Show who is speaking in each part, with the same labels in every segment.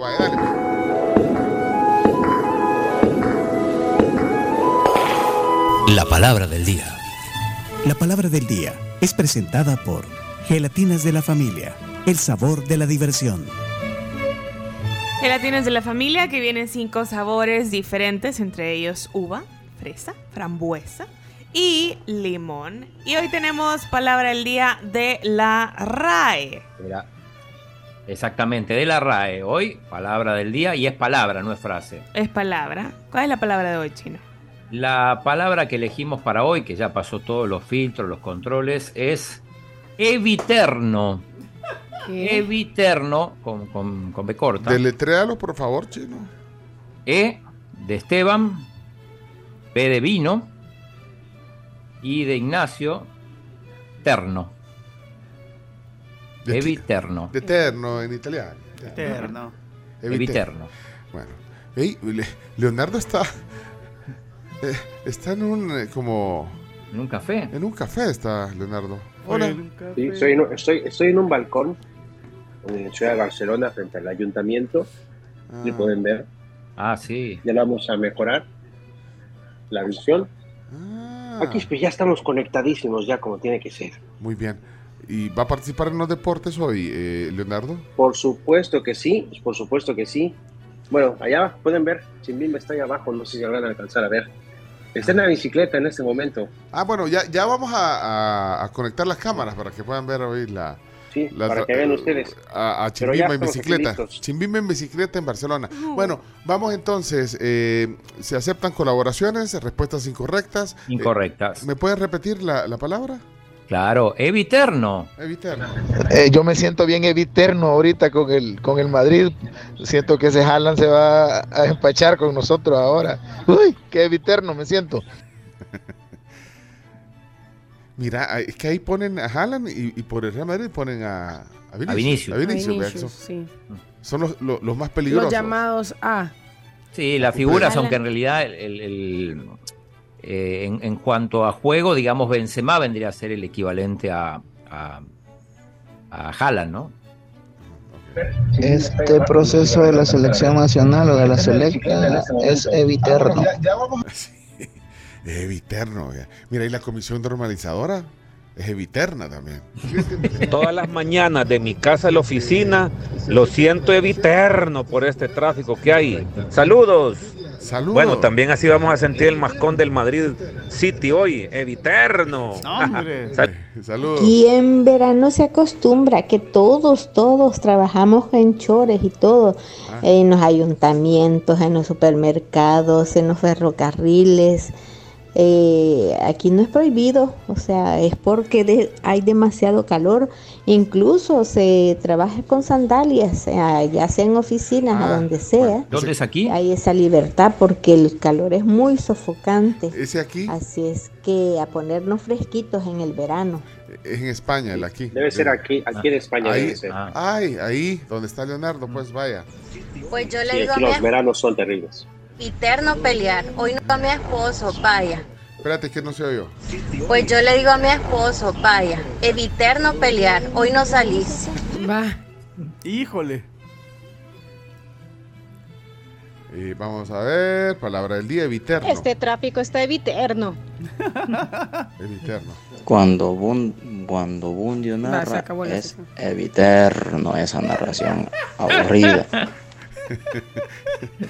Speaker 1: Guay, dale.
Speaker 2: La palabra del día.
Speaker 3: La palabra del día es presentada por Gelatinas de la Familia, el sabor de la diversión.
Speaker 4: Gelatinas de la familia que vienen cinco sabores diferentes, entre ellos uva, fresa, frambuesa y limón. Y hoy tenemos palabra del día de la RAE.
Speaker 5: Era- Exactamente, de la RAE. Hoy, palabra del día, y es palabra, no es frase.
Speaker 4: Es palabra. ¿Cuál es la palabra de hoy, chino?
Speaker 5: La palabra que elegimos para hoy, que ya pasó todos los filtros, los controles, es eviterno. Eviterno, con, con, con B corta.
Speaker 1: Deletréalo, por favor, chino.
Speaker 5: E de Esteban, B de vino, y de Ignacio, terno.
Speaker 1: De-
Speaker 5: Eviterno.
Speaker 1: De eterno en italiano.
Speaker 6: Eterno.
Speaker 1: Eviterno.
Speaker 5: Eviterno.
Speaker 1: Bueno. Ey, Le- Leonardo está. eh, está en un. eh, como.
Speaker 5: En un café.
Speaker 1: En un café está Leonardo. Hola.
Speaker 7: Sí, soy en un- estoy, estoy en un balcón en la ciudad de Barcelona frente al ayuntamiento.
Speaker 1: Ah,
Speaker 7: Si pueden ver,
Speaker 5: Ah, sí.
Speaker 7: ya la vamos a mejorar la visión.
Speaker 1: ah,
Speaker 7: Aquí pues, ya estamos conectadísimos, ya como tiene que ser.
Speaker 1: muy bien. ¿Y va a participar en los deportes hoy, eh, Leonardo?
Speaker 7: Por supuesto que sí, por supuesto que sí. Bueno, allá pueden ver, Chimbimba está ahí abajo, no sé si van a alcanzar a ver. Está en la bicicleta en este momento.
Speaker 1: Ah, bueno, ya, ya vamos a, a- a conectar las cámaras para que puedan ver hoy la.
Speaker 7: Sí,
Speaker 1: la-
Speaker 7: para que vean ustedes.
Speaker 1: A, a
Speaker 7: Pero
Speaker 1: Chimbimba
Speaker 7: ya
Speaker 1: en
Speaker 7: estamos aquí
Speaker 1: bicicleta.
Speaker 7: listos.
Speaker 1: Chimbimba en bicicleta en Barcelona. Bueno, vamos entonces. eh, se aceptan colaboraciones, respuestas incorrectas. Eh,
Speaker 5: Incorrectas.
Speaker 1: ¿Me puedes repetir la, la palabra?
Speaker 5: Claro, eviterno.
Speaker 1: Evitar.
Speaker 8: Eh, yo me siento bien eviterno ahorita con el con el Madrid. Siento que ese Haaland se va a empachar con nosotros ahora. Uy, qué eviterno me siento.
Speaker 1: Mira, ah, es que ahí ponen a Haaland y, y por el Real Madrid ponen a,
Speaker 5: A Vinicius.
Speaker 1: a Vinicius, vea que son- Son los, los- los más peligrosos.
Speaker 9: Los llamados A.
Speaker 5: Sí, las figuras, aunque en realidad el- el- el, eh, en, en cuanto a juego, digamos, Benzema vendría a ser el equivalente a, a, a Haaland, ¿no?
Speaker 8: Este proceso de la selección nacional o de la selecta es eviterno.
Speaker 1: Es eviterno. vea. Mira, y la comisión normalizadora es eviterna también.
Speaker 10: Todas las mañanas de mi casa a la oficina, lo siento eviterno por este tráfico que hay. Saludos.
Speaker 1: Saludos.
Speaker 10: Bueno, también así vamos a sentir el mascón del Madrid City hoy, eviterno.
Speaker 6: No, hombre.
Speaker 1: Eh, Saludos.
Speaker 11: Y en verano se acostumbra que todos, todos trabajamos en chores y todo,
Speaker 1: Ah.
Speaker 11: en los ayuntamientos, en los supermercados, en los ferrocarriles. Eh, aquí no es prohibido, o sea, es porque de- hay demasiado calor. Incluso se trabaja con sandalias, eh, ya sea en oficinas,
Speaker 1: Ah,
Speaker 11: a donde sea.
Speaker 5: ¿Dónde es aquí?
Speaker 11: Hay esa libertad porque el calor es muy sofocante.
Speaker 1: Ese aquí
Speaker 11: este. Así es que a ponernos fresquitos en el verano.
Speaker 1: es en España, el aquí.
Speaker 7: Debe ser aquí, aquí en España.
Speaker 1: Ahí.
Speaker 7: debe ser.
Speaker 5: Ah,
Speaker 1: Ay, ahí, donde está Leonardo, pues vaya.
Speaker 12: Pues yo le
Speaker 7: Sí,
Speaker 12: digo a
Speaker 7: aquí
Speaker 12: mi
Speaker 7: los veranos son terribles.
Speaker 12: eterno pelear, hoy no a mi esposo, vaya.
Speaker 1: Espérate que no se oyó.
Speaker 12: Pues yo le digo a mi esposo, vaya, eviterno pelear, hoy no salís.
Speaker 9: Va.
Speaker 6: Híjole.
Speaker 1: Y Eh, vamos a ver, palabra del día, eviterno.
Speaker 12: Este tráfico está eviterno.
Speaker 1: Eviterno.
Speaker 8: Cuando cuando Bundio
Speaker 9: narra, se acabó la es sesión.
Speaker 8: eviterno esa narración aburrida.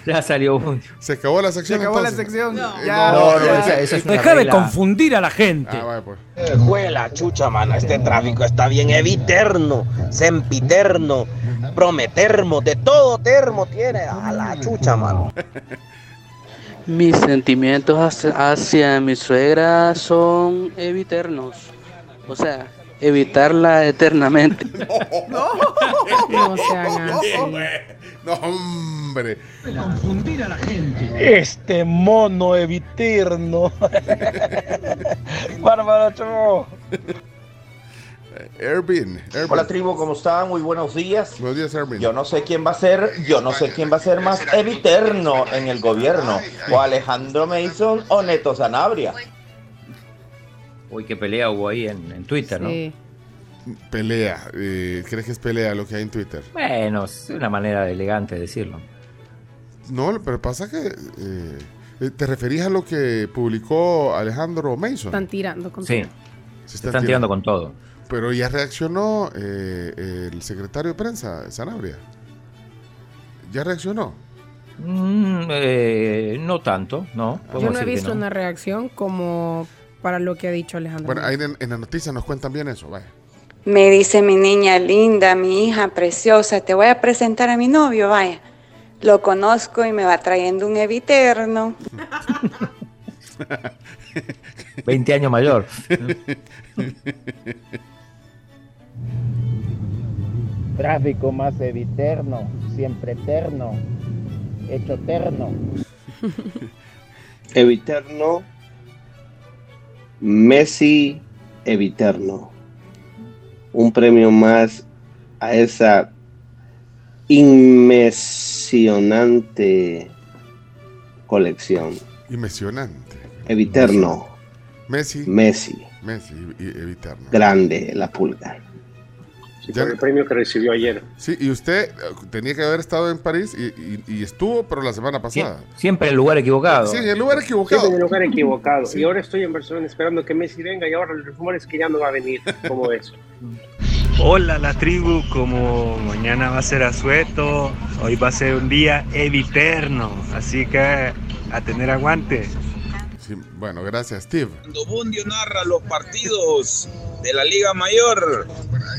Speaker 5: ya salió un...
Speaker 1: Se acabó la
Speaker 6: Se
Speaker 1: sección.
Speaker 6: acabó la
Speaker 1: entonces? Eh,
Speaker 6: sección.
Speaker 9: No.
Speaker 6: Ya,
Speaker 5: No, no,
Speaker 6: ya.
Speaker 5: esa, esa es una
Speaker 2: Deja de
Speaker 5: regla.
Speaker 2: confundir a la gente.
Speaker 1: Ah, vaya, pues.
Speaker 8: Juela, chucha, mano, este tráfico está bien eviterno, sempiterno, prometermo, de todo termo tiene a la chucha, mano. Mis sentimientos hacia, hacia mi suegra son eviternos, o sea, evitarla eternamente.
Speaker 9: No sean así.
Speaker 1: No, hombre.
Speaker 8: Este mono eviterno. Bárbaro,
Speaker 1: Airbnb. Airbnb.
Speaker 10: Hola tribu, ¿cómo están? Muy buenos días.
Speaker 1: Buenos días, Airbnb.
Speaker 10: Yo no sé quién va a ser, yo no sé quién va a ser más eviterno en el gobierno, o Alejandro Mason o Neto Sanabria.
Speaker 5: Uy, qué pelea hubo ahí en, en Twitter, ¿no?
Speaker 9: Sí.
Speaker 1: Pelea. eh, ¿Crees que es pelea lo que hay en Twitter?
Speaker 5: Bueno, es una manera elegante de decirlo.
Speaker 1: No, pero pasa que. eh, eh, ¿Te referís a lo que publicó Alejandro Mason?
Speaker 4: Están tirando con
Speaker 5: Sí.
Speaker 4: todo.
Speaker 1: Se
Speaker 5: están tirando con todo.
Speaker 1: Pero ya reaccionó eh, el secretario de prensa, Sanabria. ¿Ya reaccionó?
Speaker 5: Mm, eh, no tanto, no.
Speaker 4: Yo
Speaker 5: podemos
Speaker 4: no he
Speaker 5: decir que
Speaker 4: visto
Speaker 5: no.
Speaker 4: una reacción como para lo que ha dicho Alejandro.
Speaker 1: Bueno, ahí en, en las noticias nos cuentan bien eso, vaya.
Speaker 12: Me dice mi niña linda, mi hija preciosa, te voy a presentar a mi novio, vaya. Lo conozco y me va trayendo un eviterno.
Speaker 5: 20 años mayor.
Speaker 13: Tráfico más eviterno, siempre eterno, hecho eterno.
Speaker 14: Eviterno. Messi Eviterno. Un premio más a esa inmesionante colección.
Speaker 1: Impresionante.
Speaker 14: Eviterno.
Speaker 1: Messi.
Speaker 14: Messi.
Speaker 1: Messi y, y Eviterno.
Speaker 14: Grande la pulga.
Speaker 1: Ya-
Speaker 7: El premio que recibió ayer.
Speaker 1: Sí, y usted eh, tenía que haber estado en París y, y- y estuvo, pero la semana pasada.
Speaker 5: Siempre en el lugar equivocado.
Speaker 1: Sí, en el lugar equivocado.
Speaker 7: Siempre en el lugar equivocado.
Speaker 1: Sí.
Speaker 7: Y ahora estoy en Barcelona esperando que Messi venga y ahora el rumor es que ya no va a venir. ¿Cómo ves?
Speaker 15: Hola la tribu, como mañana va a ser asueto, hoy va a ser un día eviterno, así que a tener aguante.
Speaker 1: Sí, bueno, gracias, Steve.
Speaker 16: Bundio narra los partidos de la Liga Mayor.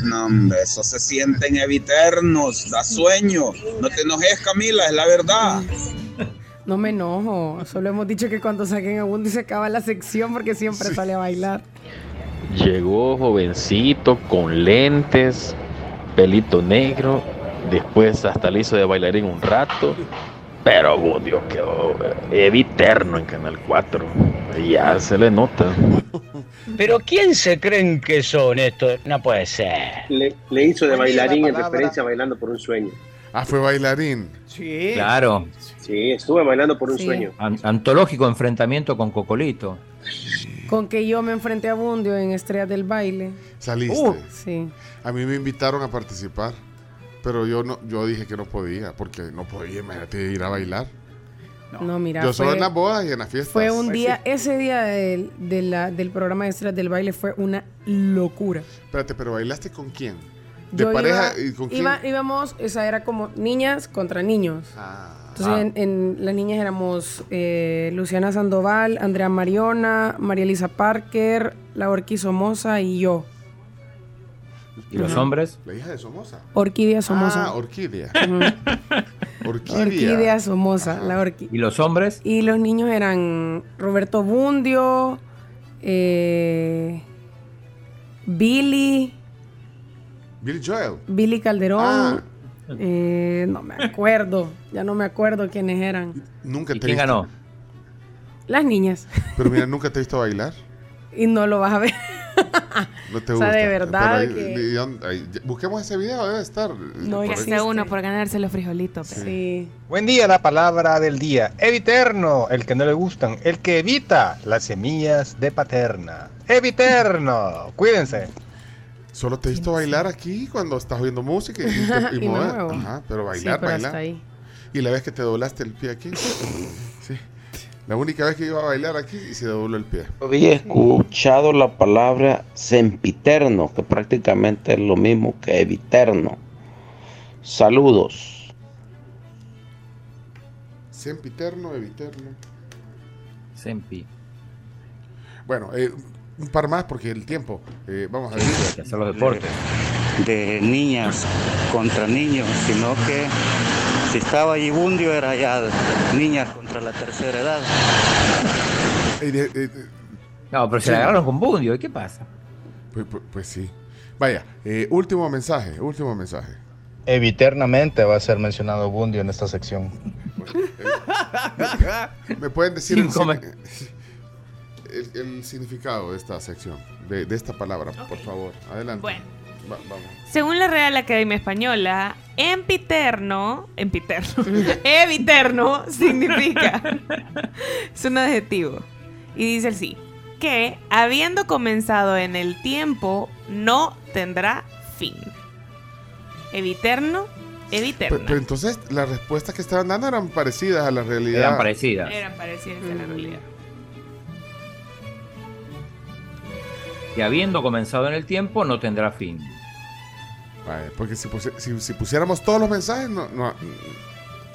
Speaker 16: No, hombre, eso se sienten eviternos, da sueño. No te enojes, Camila, es la verdad.
Speaker 4: No me enojo, solo hemos dicho que cuando saquen a Bundy se acaba la sección porque siempre sale a bailar.
Speaker 17: Llegó jovencito con lentes, pelito negro, después hasta le hizo de bailarín un rato, pero Bundio quedó eviterno en Canal 4. Ya se le nota.
Speaker 18: Pero ¿quién se creen que son estos? No puede ser.
Speaker 7: Le, le hizo de
Speaker 18: Ponía la
Speaker 7: bailarín en
Speaker 18: palabra.
Speaker 7: referencia a Bailando por un Sueño.
Speaker 1: Ah, fue bailarín.
Speaker 7: Sí.
Speaker 5: Claro.
Speaker 7: Sí, estuve bailando por un
Speaker 4: Sí.
Speaker 7: sueño.
Speaker 5: An- antológico enfrentamiento con Cocolito.
Speaker 4: Con que yo me enfrenté a Bundio en Estrellas del Baile.
Speaker 1: Saliste.
Speaker 4: Uh. Sí.
Speaker 1: A mí me invitaron a participar, pero yo no, yo dije que no podía, porque no podía, imagínate, ir a bailar.
Speaker 4: No, mira.
Speaker 1: yo solo Pues
Speaker 4: fue-
Speaker 1: en las bodas y en las fiestas.
Speaker 4: Fue un día, ese día del, de la- del programa de Estrellas del Baile fue una locura.
Speaker 1: Espérate, pero bailaste con quién? De
Speaker 4: Yo
Speaker 1: pareja
Speaker 4: iba-
Speaker 1: y con quién?
Speaker 4: iba- íbamos, o sea, era como niñas contra niños. Entonces,
Speaker 1: Ah.
Speaker 4: en, en las niñas éramos eh, Luciana Sandoval, Andrea Mariona, María Elisa Parker, la Orquí Somoza y yo.
Speaker 5: ¿Y los
Speaker 4: Ajá.
Speaker 5: hombres?
Speaker 1: La hija de Somoza.
Speaker 4: Orquídea Somoza.
Speaker 1: Ah, orquídea.
Speaker 4: Orquídea, Somoza, la orquí-
Speaker 5: ¿Y los hombres?
Speaker 4: Y los niños eran Roberto Bundio, eh, Billy,
Speaker 1: Bill Joel.
Speaker 4: Billy Calderón.
Speaker 1: Ah.
Speaker 4: eh, no me acuerdo, ya no me acuerdo quiénes eran.
Speaker 1: Nunca te
Speaker 5: quién
Speaker 1: he visto-
Speaker 5: ganó?
Speaker 4: Las niñas.
Speaker 1: Pero mira, nunca te he visto bailar.
Speaker 4: Y no lo vas a ver.
Speaker 1: No te
Speaker 4: O sea,
Speaker 1: gusta.
Speaker 4: de verdad
Speaker 1: Pero ahí-
Speaker 4: que-
Speaker 1: y- y dónde- ahí- ya- busquemos ese video, debe estar.
Speaker 19: No,
Speaker 1: Por
Speaker 19: ya
Speaker 1: ahí.
Speaker 19: sea uno por ganarse los frijolitos. pero-
Speaker 20: Buen día, la palabra del día. Eviterno, el que no le gustan, el que evita las semillas de paterna. Eviterno, cuídense.
Speaker 1: Solo te he visto bailar aquí cuando estás oyendo música y, y,
Speaker 4: Y me
Speaker 1: mover.
Speaker 4: muevo.
Speaker 1: Ajá, pero
Speaker 4: Sí,
Speaker 1: bailar,
Speaker 4: pero hasta
Speaker 1: bailar.
Speaker 4: ahí.
Speaker 1: Y la vez que te doblaste el pie aquí. sí. La única vez que iba a bailar aquí y se dobló el pie.
Speaker 14: Había escuchado la palabra sempiterno, que prácticamente es lo mismo que eviterno. Saludos.
Speaker 1: Sempiterno, eviterno.
Speaker 5: Sempi.
Speaker 1: Bueno, eh, un par más porque el tiempo. eh, vamos a ver.
Speaker 5: hacer los deportes.
Speaker 8: de niñas contra niños, sino que si estaba allí Bundio era ya niñas contra la tercera edad.
Speaker 5: No, pero se
Speaker 1: Sí.
Speaker 5: la agarraron con Bundio. ¿y ¿Qué pasa?
Speaker 1: Pues, pues- pues sí. Vaya, eh, último mensaje, último mensaje.
Speaker 20: Eviternamente va a ser mencionado Bundio en esta sección.
Speaker 1: eh, ¿Me pueden decir el,
Speaker 20: Sin comer.
Speaker 1: signi- el- el significado de esta sección, de, de esta palabra, por favor? Adelante.
Speaker 19: Bueno.
Speaker 1: Va- vamos.
Speaker 19: Según la Real Academia Española, empiterno, empiterno, eviterno significa, es un adjetivo, y dice así, que habiendo comenzado en el tiempo, no
Speaker 4: tendrá fin. Eviterno,
Speaker 1: Pe- Pero,
Speaker 4: eviterna.
Speaker 1: entonces las respuestas que estaban dando eran parecidas a la realidad.
Speaker 5: Eran parecidas.
Speaker 4: Eran parecidas a la realidad.
Speaker 5: que habiendo comenzado en el tiempo no tendrá fin.
Speaker 1: Vaya, porque si, pusi- si- si pusiéramos todos los mensajes, no, no-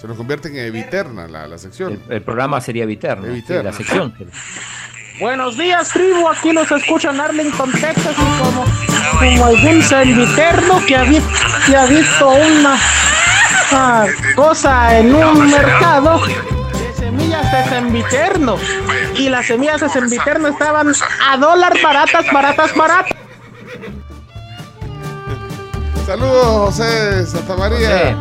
Speaker 1: se nos convierte en eviterna la, la sección.
Speaker 5: El programa sería Eviterno,
Speaker 1: Eviterno.
Speaker 5: sí, la sección.
Speaker 21: Buenos días, tribu. Aquí los escuchan Arlington, Texas. Y como, como algún sempiterno que ha, vi- que ha visto una ah, cosa en un mercado de semillas de sempiterno. Y las semillas de sempiterno estaban a dólar baratas, baratas, baratas.
Speaker 1: Saludos, José Santa María.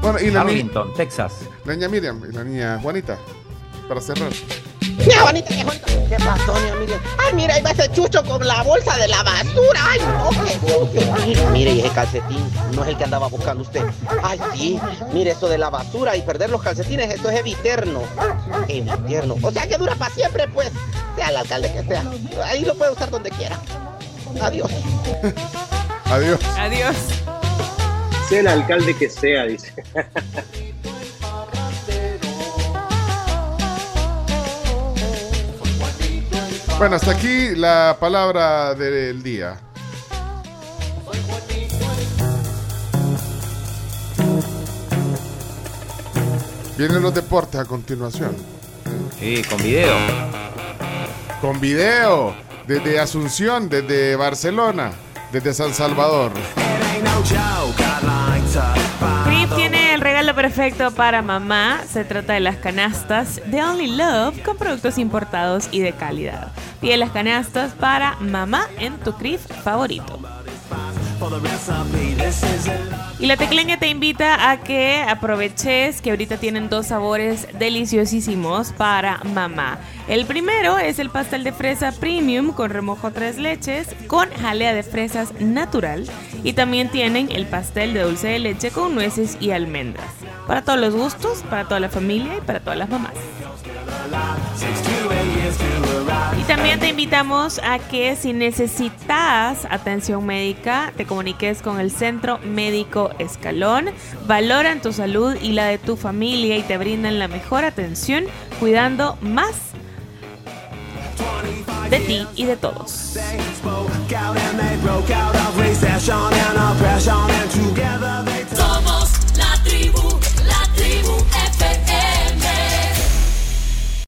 Speaker 1: Bueno, y la, niña,
Speaker 5: Arlington, Texas.
Speaker 1: la niña Miriam y la niña Juanita, para cerrar.
Speaker 14: Mira, bonita, qué bonita. ¿Qué pasó, mi amiga? Ay, mira, ahí va ese chucho con la bolsa de la basura. Ay, no, qué sucio. Ay,
Speaker 21: Mire, y ese calcetín no es el que andaba buscando usted.
Speaker 14: Ay, sí, mire eso de la basura y perder los calcetines, esto es eviterno. Eviterno. O sea que dura para siempre, pues. Sea el alcalde que sea. Ahí lo puede usar donde quiera. Adiós.
Speaker 1: Adiós.
Speaker 4: Adiós.
Speaker 7: Sea el alcalde que sea, dice.
Speaker 1: Bueno, hasta aquí la palabra del día. Vienen los deportes a continuación.
Speaker 5: Sí, con video.
Speaker 1: Con video. Desde Asunción, desde Barcelona, desde San Salvador.
Speaker 4: Pip tiene el regalo perfecto para mamá. Se trata de las canastas de Only Love con productos importados y de calidad. Pide las canastas para mamá en tu CRIF favorito. Y la tecleña te invita a que aproveches que ahorita tienen dos sabores deliciosísimos para mamá. El primero es el pastel de fresa premium con remojo tres leches con jalea de fresas natural y también tienen el pastel de dulce de leche con nueces y almendras. Para todos los gustos, para toda la familia y para todas las mamás. Y también te invitamos a que si necesitas atención médica, te comuniques con el Centro Médico Escalón. Valoran tu salud y la de tu familia y te brindan la mejor atención cuidando más de ti y de todos.
Speaker 22: broke out of recession and oppression and together they